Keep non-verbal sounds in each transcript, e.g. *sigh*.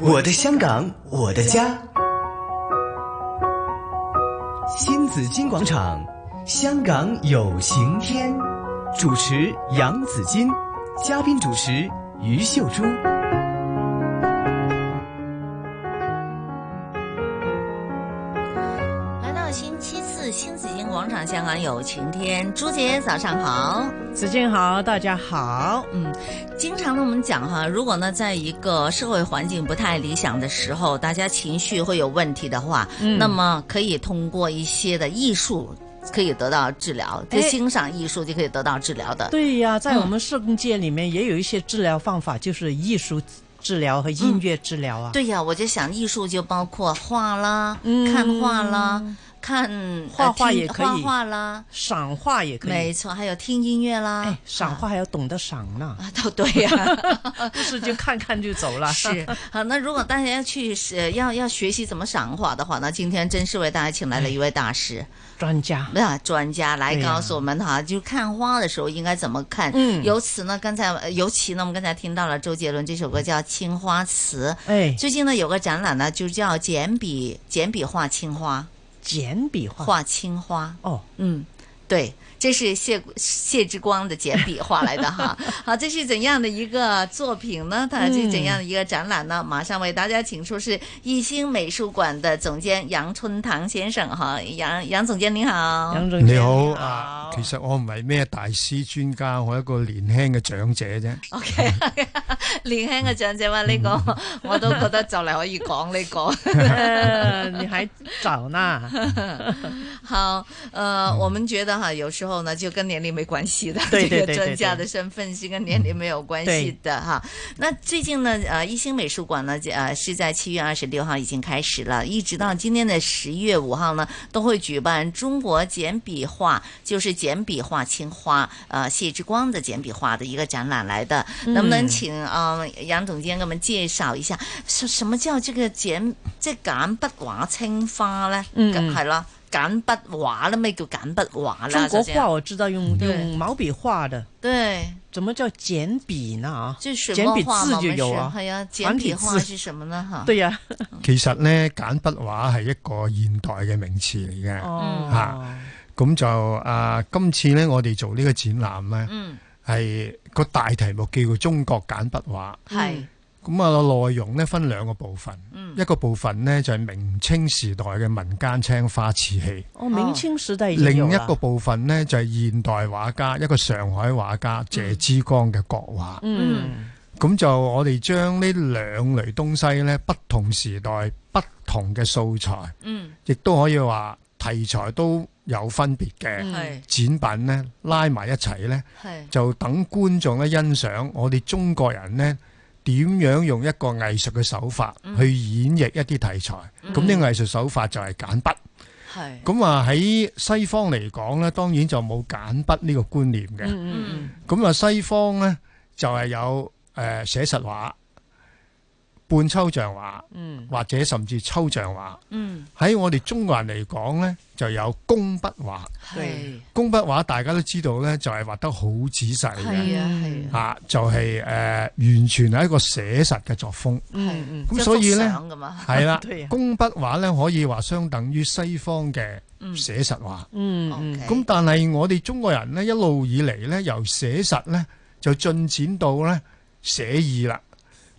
我的香港，我的家。新紫金广场，香港有晴天。主持杨紫金，嘉宾主持于秀珠。来到星期四，新紫金广场，香港有晴天。朱姐，早上好。子敬好，大家好，嗯，经常呢，我们讲哈，如果呢，在一个社会环境不太理想的时候，大家情绪会有问题的话，嗯那么可以通过一些的艺术可以得到治疗，就哎欣赏艺术就可以得到治疗的。对呀，在我们社工界里面也有一些治疗方法，就是艺术治疗和音乐治疗啊。对呀，我就想艺术就包括画啦，嗯看画啦，看画画呃听也可以画画啦，赏画也可没以。错，还有听音乐啦，哎，赏画还要懂得赏 *laughs* 呢，啊，都对呀、 *laughs* 不是就看看就走 *laughs* 了。是好，那如果大家要去呃要要学习怎么赏画的话，那今天真是为大家请来了一位大师，专家，那、专家来嗯对呀告诉我们哈，就看花的时候应该怎么看。嗯由此呢，刚才呃尤其呢，我们刚才听到了周杰伦这首歌叫《青花瓷》。哎，最近呢，有个展览呢，就叫“简笔简笔画青花，简笔画。画青花”。哦，嗯，对，这是谢谢之光的简笔画来的哈。 *laughs* 好，这是怎样的一个作品呢？它这是怎样的嗯一个展览呢？马上为大家请出是艺兴美术馆的总监杨春堂先生哈，杨杨总监您好。杨总监你好你 *laughs* 啊，其實我唔係咩大師專家，我一個年輕嘅長者啫。 O K，年 *laughs* 輕嘅長者話呢嗯個 *laughs* 我都覺得就嚟可以講呢個。呃你还早 *laughs* 呢。好，呃，我们觉得哈，有时候呢就跟年龄没关系的，对对这对对个专家的身份是跟年龄没有关系的哈。那最近呢，呃，一星美术馆呢，呃，是在七月二十六号已经开始了，一直到今天的十月五号呢，都会举办中国简笔画，就是简笔画青花，呃，谢之光的简笔画的一个展览来的。嗯能不能请呃杨总监给我们介绍一下，什什么叫这个简即系簡筆畫青花咧？嗯咁係啦，簡筆畫啦，咩叫簡筆畫啦？中国首先画我知道用对用毛笔画的，對，怎么叫简笔呢？啊，即係水簡墨筆畫字嘛，我就們有是啊係啊，簡繁筆體畫字是什麼呢？嚇，对呀，其實呢，簡筆畫係一個現代嘅名詞嚟嘅。哦啊，咁就啊，今次呢，我哋做呢個展覽呢，嗯，係個大題目叫做中國簡筆畫。係，嗯咁啊，內容呢分兩個部分，嗯一個部分呢，就係明清時代嘅民間青花瓷器，哦，明清时代已经有另一了個部分呢，就係現代畫家一個上海畫家謝之光嘅國畫。嗯咁就我哋將呢兩類東西呢，不同時代不同嘅素材，嗯，亦都可以話題材都有分別嘅嗯係展品呢，拉埋一齊呢，係，就等觀眾咧欣賞我哋中國人呢點樣用一個藝術嘅手法去演繹一啲題材。咁呢個藝術手法就係簡筆。係，咁啊喺西方嚟講呢，當然就冇簡筆呢個觀念嘅。嗯，咁啊，西方咧就係有誒寫實畫、半抽象畫，嗯或者甚至抽象畫。嗯，喺我哋中國人嚟講咧，就有工筆畫。係，工筆畫大家都知道咧，就係畫得好仔細嘅，係啊，係啊，啊，就係誒完全係一個寫實嘅作風。嗯嗯咁所以咧，噶嘛，係啦 *laughs* 對啊，工筆畫咧可以話相等於西方嘅寫實畫。嗯嗯 OK，咁但係我哋中國人呢，一路以嚟呢，由寫實呢，就進展到呢寫意啦。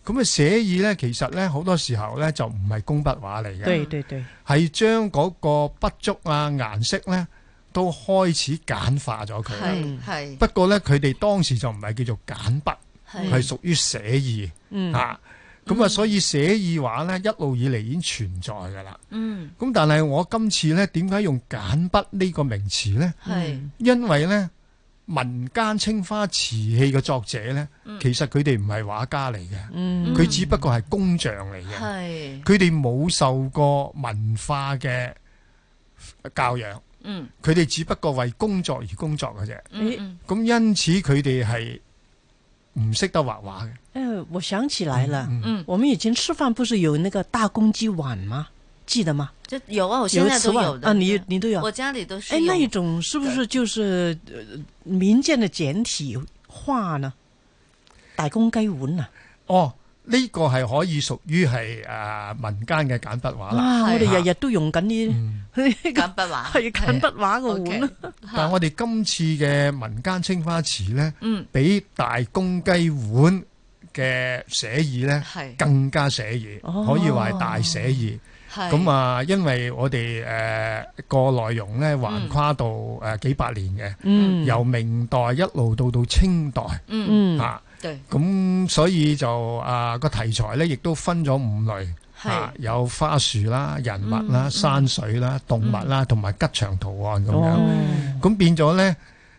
咁啊寫意呢，其實呢，好多時候呢，就唔係工筆畫嚟嘅，对对對，係將嗰個筆觸啊顏色呢，都開始簡化咗佢啦。係係不過呢，佢哋當時就唔係叫做簡筆，係係，屬於寫意嗯啊。咁啊，所以寫意畫呢，一路以嚟已經存在㗎啦。嗯，咁但係我今次呢，點解用簡筆呢個名詞呢？係因為呢，民間青花瓷器嘅作者呢，其實佢哋唔係畫家嚟嘅，嗯佢只不過係工匠嚟嘅，係，佢哋冇受過文化嘅教養，嗯佢哋只不過為工作而工作嘅啫。嗯嗯咁因此佢哋係唔識得畫畫嘅。哎，我想起來了，嗯，我們以前吃飯不是有那個大公雞碗嗎？記得嗎？就有啊，我有現一在瓷都碗有的啊，你你都有。我家裡都是哎，有那一種是不是就是呃民間的簡體畫呢？大公雞碗啊，哦，呢個係可以屬於係誒啊民間嘅簡筆畫啦。哇！係我哋啊日日都用緊呢嗯呢個簡筆畫係簡筆畫個碗啦，但係我哋今次嘅民間青花瓷呢，嗯，比大公雞碗嘅寫意呢係更加寫意，哦可以話係大寫意。係咁啊，因為我哋誒個內容呢，橫跨到誒幾百年嘅，嗯，由明代一路到到清代嗯嗯嚇，對咁、所以就啊個題材呢，亦都分咗五類。係啊有花樹啦、人物嗯啦、嗯山水啦、動物啦，同埋吉祥圖案咁樣。哦，咁變咗呢，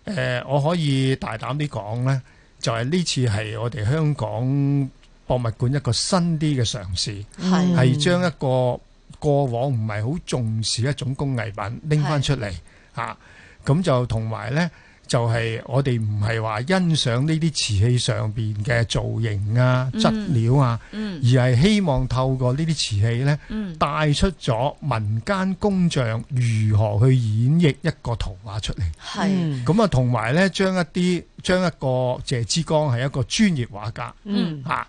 誒、我可以大膽啲講呢，就係呢次係我哋香港博物館一個新啲嘅嘗試，係係將一個過往唔係好重視一種工藝品拎翻出嚟嚇，咁、就同埋呢。就係我哋唔係話欣賞呢啲瓷器上邊嘅造型啊、嗯質料啊，嗯而係希望透過呢啲瓷器呢，嗯帶出咗民間工匠如何去演繹一個圖畫出嚟。係嗯咁啊，同埋呢，將一啲將一個謝之光係一個專業畫家嗯嚇，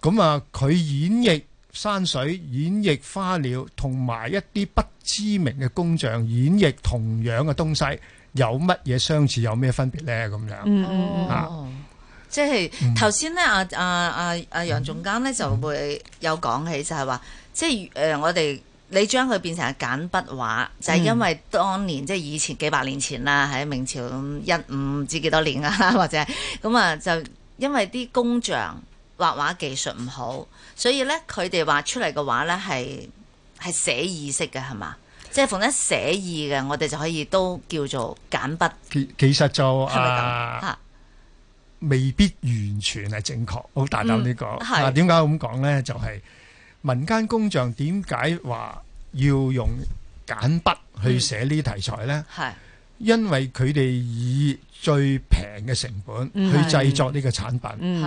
咁啊，佢演繹山水、演繹花鳥，同埋一啲不知名嘅工匠演繹同樣嘅東西，有乜嘢相似，有咩分別呢？咁樣。嗯嗯哦。即係頭先咧，阿阿阿阿楊總監咧嗯就會有講起，就係話，即係誒、呃我哋你將佢變成係簡筆嗯畫，就係、因為當年、即係以前幾百年前啦，喺明朝一五唔知幾多年啊， *laughs* 或者咁啊，就因為啲工匠畫畫技術唔好，所以咧佢哋畫出嚟嘅畫咧係係寫意式嘅係嘛？即係逢得寫意嘅，我哋就可以都叫做簡筆，其其實就係咪咁啊，嚇？未必完全係正確，好大膽呢個。嗯係啊，點解咁講呢？就係、民間工匠點解話要用簡筆嗯去寫呢啲題材呢？係因為佢哋以最平嘅成本嗯去係製作呢個產品，嗯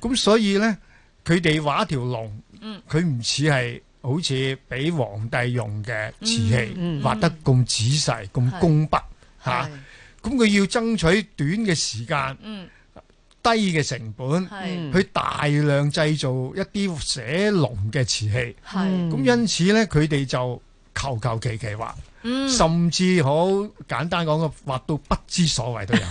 係咁、所以呢，佢哋畫一條龍嗯，佢唔似係好似俾皇帝用嘅瓷器嗯嗯畫得咁仔細、咁係工筆係嚇。咁佢要爭取短嘅時間、嗯低嘅成本。係嗯去大量製造一啲寫龍嘅瓷器，係嗯咁因此呢，佢哋就求求其其畫，嗯甚至好簡單講個畫到不知所謂都有，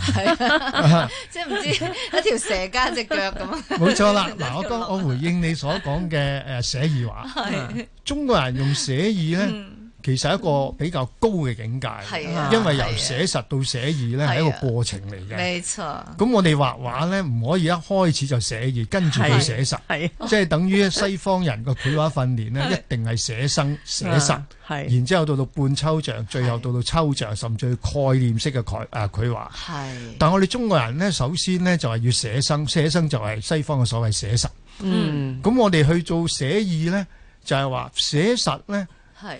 即係唔知一條蛇加只腳咁 *laughs* 啊！冇錯 *laughs* 啦。嗱，我剛我回應你所講嘅誒寫意畫，中國人用寫意呢，嗯，其實係一個比較高嘅境界，係啊，因為由係啊寫實到寫意呢係啊係一個過程嚟嘅。沒錯，咁我哋畫畫呢，唔可以一開始就寫意，跟住去係寫實。係即係等於西方人個繪畫訓練咧，一定係寫生寫實，啊係然之後到到半抽象，最後到到抽象，甚至係概念式嘅概啊繪畫。係但我哋中國人呢，首先呢就係要寫生，寫生就係西方嘅所謂寫實。嗯咁我哋去做寫意呢，就係話寫實呢係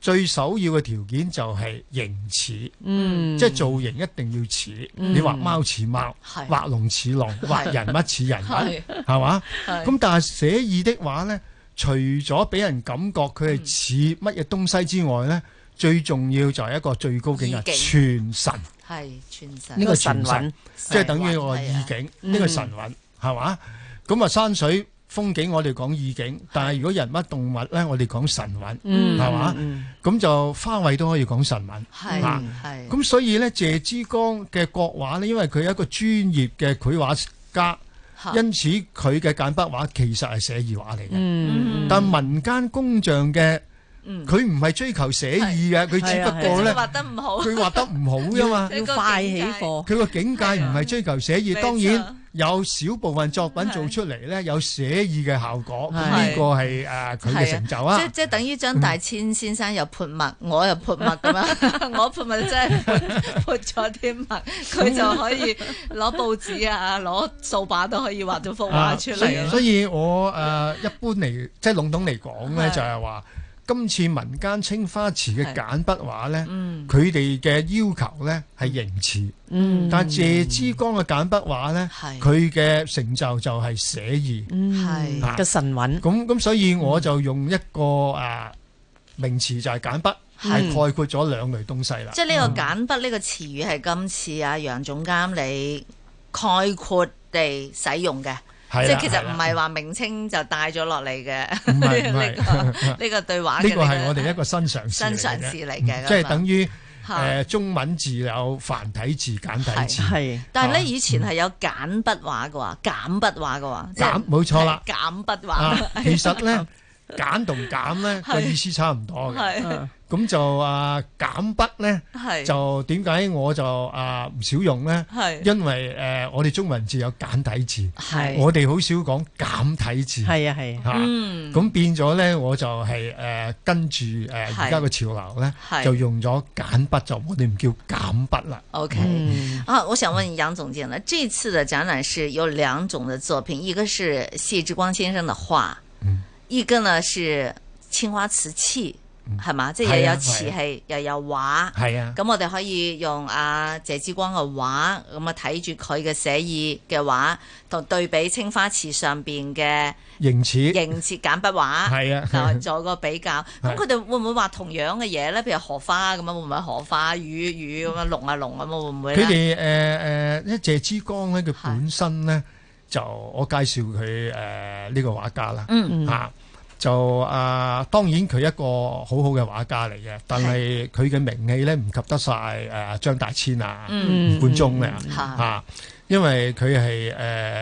最首要嘅條件就係形似，嗯即係造型一定要似。你畫貓似貓，係畫龍似龍，畫人物似人物，係係嘛？係咁但係寫意的話呢，除咗俾人感覺佢係似乜嘢東西之外呢，最重要就係一個最高境界意傳神，係全身呢個傳韻神，即係等於我啊意境，呢個神韻係嘛？咁啊山水風景我哋講意境，但係如果人物動物呢，我哋講神韻，嗯係嘛？咁就花卉都可以講神韻。係啊係咁所以呢，謝之光嘅國畫呢，因為佢係一個專業嘅繪畫家，嚇因此佢嘅簡筆畫其實係寫意畫嚟嘅。嗯但民間工匠嘅嗯，啊佢唔係追求寫意嘅，佢只不過佢咧畫得唔好，佢畫得唔好啫嘛。呢個要快起貨，佢個境界唔係追求寫意，係啊當冇然錯有少部分作品做出嚟咧有寫意嘅效果，咁呢係個係誒佢嘅成就即啊。即係等於張大千先生又潑墨，我又潑墨咁樣， *laughs* 我潑墨真係 *laughs* 潑潑咗啲墨，佢就可以攞報紙啊，攞掃把都可以畫到幅啊畫出所以嚟所咯。以我呃誒一般嚟即係籠統嚟講咧，係就係話今次民間青花瓷嘅係簡筆畫咧，嗯佢哋嘅要求咧係形似，嗯但係謝之光嘅簡筆畫咧，係佢嘅成就就係寫意。係啊嘅嗯神韻，咁咁，所以我就用一個啊名詞就係簡筆，係概括咗兩類東西啦。即係呢個簡筆呢個詞語係今次啊楊總監你概括地使用嘅，係啦即係其實係唔啦係話明清就帶咗落嚟嘅，唔係唔呢個 *laughs* 係，呢個對話嘅呢個係呢我哋一個新嘗新試嚟嘅啫嘗試嚟嘅咁嗯即啊係等於嚇誒中文字有繁體字、簡體字。係但係咧，啊以前係有簡筆畫嘅話，簡筆畫嘅話，即係簡嗯冇錯啦係簡筆 *laughs* 啊畫，，其實咧簡同減咧個意思差唔多嘅。係嗯咁就啊減筆咧，係就點解我就啊唔少用咧？係因為誒我哋中文字有簡體字，係我哋好少講簡體字嚇。係啊係啊，嗯咁變咗咧，我就係誒跟住誒而家嘅潮流係咧，就用咗簡筆，就我哋唔叫減筆啦。 OK。啊，嗯我想問楊總監了，這次的展覽是有兩種的作品，一個是謝志光先生的畫，嗯一個呢是青花瓷器，係嘛、即係係又啊有瓷器，又有畫。係啊，咁我哋可以用阿謝志光嘅畫，咁啊睇住佢嘅寫意嘅畫，同對比青花瓷上邊嘅形似形似簡筆畫，係啊 *laughs* 就，做個比 *laughs* 較。咁係佢哋會唔會畫同樣嘅嘢咧？譬如荷花咁樣，會啊唔會荷花魚魚咁樣龍啊龍咁啊？會唔會咧？佢哋呃誒誒，因為謝之光咧，佢本身咧就我介紹佢誒呢個畫家啦嗯。嗯嚇，就啊當然佢一個好好嘅畫家嚟嘅，但係佢嘅名氣咧唔及得晒誒張大千啊、嗯吳冠中咧嚇嚇，因為佢係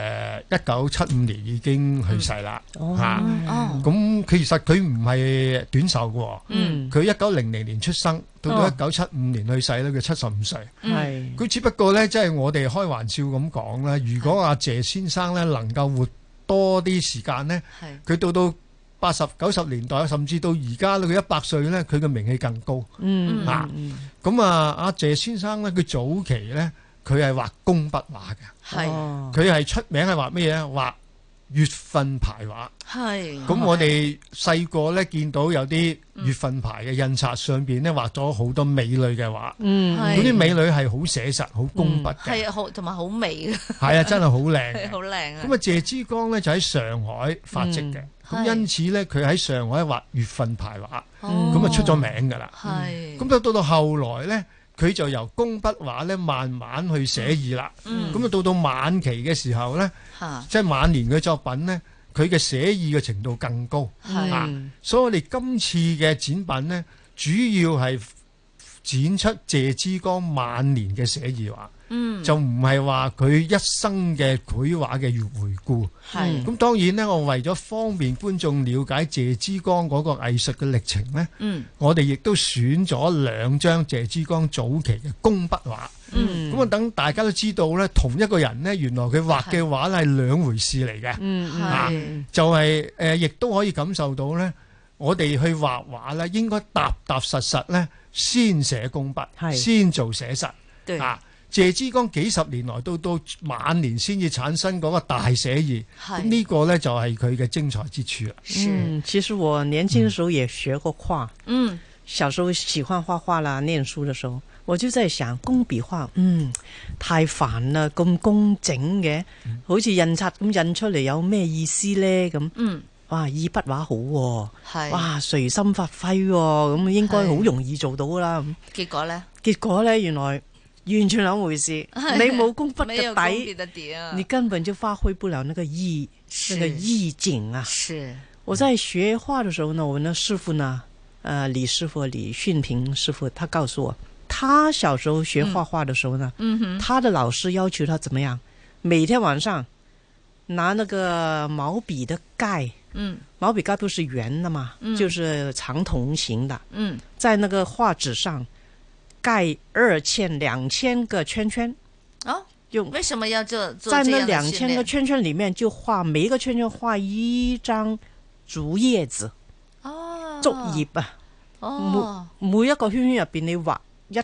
誒一九七五年已經去世啦哦嚇，哦，咁其實佢唔係短壽嘅喎。嗯佢一九零零年出生，到到哦一九七五年去世咧，佢七十五歲。係佢只不過咧，即係我哋開玩笑咁講啦。如果阿謝先生咧能夠活多啲時間咧，係佢到到八十九十年代，甚至到而家佢一百歲咧，佢嘅名氣更高。嗯啊嗯咁啊，阿謝先生咧，佢早期咧，佢係畫工筆畫嘅，係哦佢係出名係畫咩嘢咧？畫月份牌畫。啊係。啊嗯咁我哋細個咧見到有啲月份牌嘅印刷上邊咧畫咗好多美女嘅畫，嗯係嗯嗰啲美女係好寫實、好工筆嘅，係好，同埋好味嘅，係啊，真係好靚 *laughs* 係嘅好。靚啊咁！啊，謝之光咧就喺上海發跡嘅，嗯咁因此咧佢喺上海畫月份牌畫，哦咁啊出咗，名㗎啦。係咁到到到後來咧，佢就由工筆畫咧慢慢去寫意啦。嗯咁啊到到晚期嘅時候咧，嚇即係晚年嘅作品咧，佢嘅寫意嘅程度更高。嗯係啊所以我哋今次嘅展品咧，主要係展出謝之光晚年嘅寫意畫，嗯就唔係話佢一生嘅繪畫嘅回顧。係咁當然咧，我為咗方便觀眾了解謝之光嗰個藝術嘅歷程咧，嗯我哋亦都選咗兩張謝之光早期嘅工筆畫。嗯咁啊，等大家都知道咧，同一個人咧，原來佢畫嘅畫咧係兩回事嚟嘅。嗯啊係就係、誒，亦、都可以感受到咧，我哋去畫畫咧，應該踏踏實實咧，先寫工筆，係先做寫實對啊。謝之光幾十年來到到晚年先至產生嗰個大寫意，係咁呢個咧就係佢嘅精彩之處啦。是嗯，其實我年輕的時候也學過畫，嗯小時候喜歡畫畫啦，念書的時候我就在想，工筆畫，嗯，太煩啦，咁工整嘅，好似印刷咁印出嚟有咩意思呢？咁嗯哇，以筆畫好喎、係哇，隨心發揮喎、咁應該好容易做到㗎啦。咁結果咧結果呢，原來完全兩 *laughs* 回事，你冇工筆沒有嘅底別。的底啊你根本就發揮不了那個意是那個意境啊！是我在学画的时候呢，我那师傅呢，呃，李师傅李训平师傅，他告诉我，他小时候学画画的时候呢，嗯哼他的老师要求他怎么样，每天晚上拿那个毛笔的盖，嗯毛笔盖不是圆的嘛，就是长筒形的，嗯在那个画纸上盖二千两千个圈圈，哦，用為什麼要做做在這那樣的两訓千个練？圈圈里面，就画每一个圈圈画一张竹叶子、哦，竹叶啊，哦，每一个圈圈入边你画一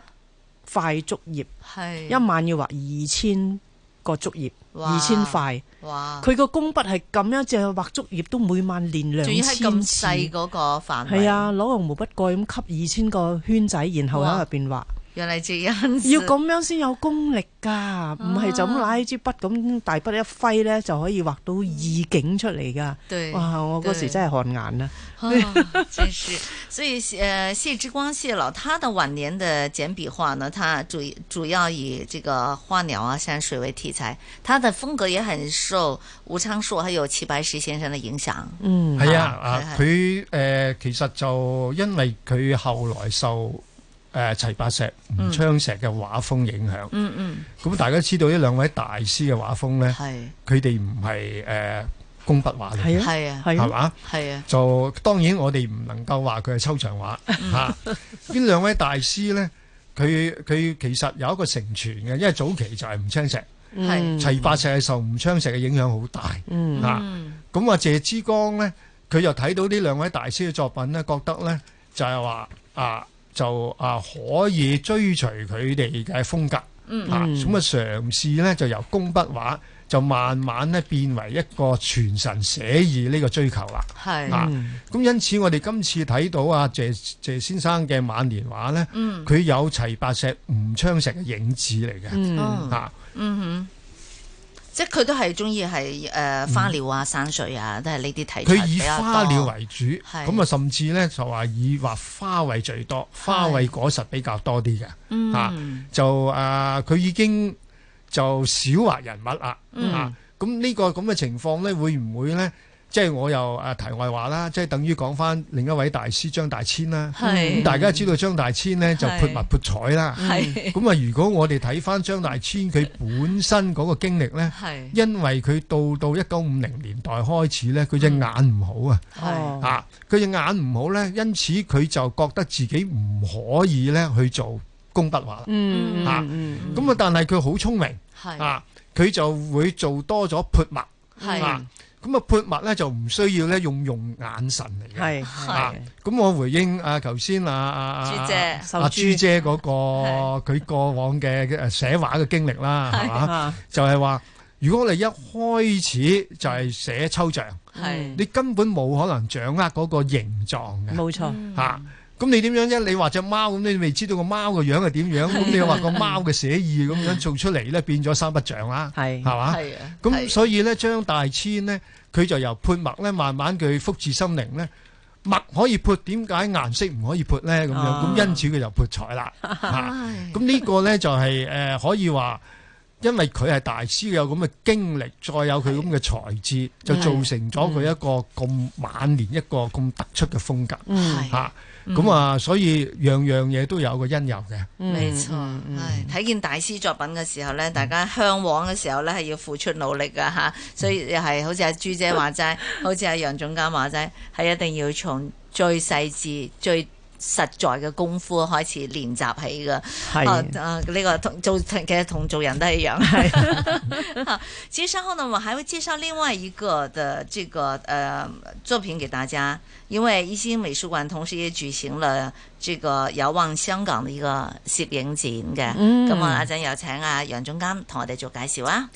块竹叶，係一晚要画二千个竹叶，嗯哇啊二千块。哇，佢個工筆係咁樣，淨係畫竹葉都每晚練兩仲要喺千咁次。啊細嗰個範圍，係啊，攞個毛筆蓋咁吸二千個圈仔，然後喺入邊畫。原來這樣 *laughs* 子要咁樣先有功力㗎，唔係就咁攞支筆咁大筆一揮咧就可以畫到意境出嚟㗎。對哇！我嗰時對真係汗顏啊！哦，真 *laughs* 是，所以呃，謝之光謝老他的晚年的简笔画呢，他主主要以这个花鸟啊、山水为题材，他的风格也很受吴昌硕还有齐白石先生的影响。嗯，係啊，啊，啊，係，係。佢，誒，其實就因為佢後來受，誒，齊白石、吳昌碩嘅畫風影響，嗯嗯，咁大家知道呢兩位大師嘅畫風呢，系佢哋唔係，誒，工筆畫嚟，係啊，系啊係啊，係嘛？系啊，就當然我哋唔能夠話佢係抽象畫嚇。呢、兩位大師呢，佢佢其實有一個成傳嘅，因為早期就係吳昌石、係齊白石係受吳昌石嘅影響好大嗯嚇。咁啊，謝之光呢，佢就睇到呢兩位大師嘅作品呢，覺得呢就係話啊，就啊可以追隨佢哋嘅風格。嗯啊，咁啊嘗試咧就由工筆畫就慢慢咧變為一個全神寫意呢個追求啦。嗯系，啊，咁因此我哋今次睇到啊謝謝先生嘅晚年畫咧，嗯佢有齊白石、吳昌石嘅影子嚟嘅。嗯，嗯啊，嗯哼。即係佢都係中意係誒花鳥啊、山水啊，都係呢啲題材嗯佢比以較多。花鳥為主，係咁啊甚至咧就話以畫花卉最多，花卉果實比較多啲嘅。嗯，就啊，佢已經就少畫人物啦。嗯啊，咁呢個咁嘅情況呢，會唔會呢？即係我又啊題外話啦，即係等於講翻另一位大師張大千啦。係咁大家知道張大千呢，就係潑墨潑彩啦。係咁啊，如果我哋睇翻張大千佢本身嗰個經歷呢，係因為佢到到一九五零年代開始呢，佢隻眼唔好啊。哦係啊，佢隻眼唔好呢，因此佢就覺得自己唔可以呢去做工筆畫啦。嗯啊嗯咁啊，但係佢好聰明係啊，佢就會做多咗潑墨係啊。咁啊，潑墨咧就唔需要咧用用眼神嚟嘅。係啊係，咁我回應啊，頭先啊啊啊朱姐手阿朱珠姐嗰個佢過往嘅誒寫畫嘅經歷啦，係嘛？啊，就係話，如果你一開始就係寫抽象，係你根本冇可能掌握嗰個形狀嘅。冇錯，嚇。咁你點樣啫？你畫只貓咁，你未知道個貓嘅樣係點樣，咁你又話個貓嘅寫意咁樣做出嚟咧，變咗三不像啦，係係嘛？係啊，咁係所以咧，張大千呢，佢就由潑墨咧，慢慢佢福至心靈咧，墨可以潑，點解顏色唔可以潑咧？咁樣啊咁因此佢就潑彩啦。嚇唉咁呢個咧就係誒可以話，因為佢係大師有咁嘅經歷，再有佢咁嘅才智，就造成咗佢一個咁晚年一個咁突出嘅風格。嗯，係吓，咁啊，所以樣樣嘢都有個因由嘅，嗯冇錯，啊唉，睇見大師作品嘅時候咧，大家向往嘅時候咧，係要付出努力噶嚇，所以又係好似阿朱姐話齋，好似阿楊總監話齋，係一定要從最細緻、最實在嘅功夫開始練習起噶。啊係。啊！呢、個同做其實同做人都一樣。 *laughs* 好，其實稍後呢，我還會介紹另外一個的這個呃作品給大家，因為一心美術館同時也舉行了這個遙望香港的一個攝影展嘅。咁、嗯啊我一陣又請阿楊總監同我哋做介紹啊。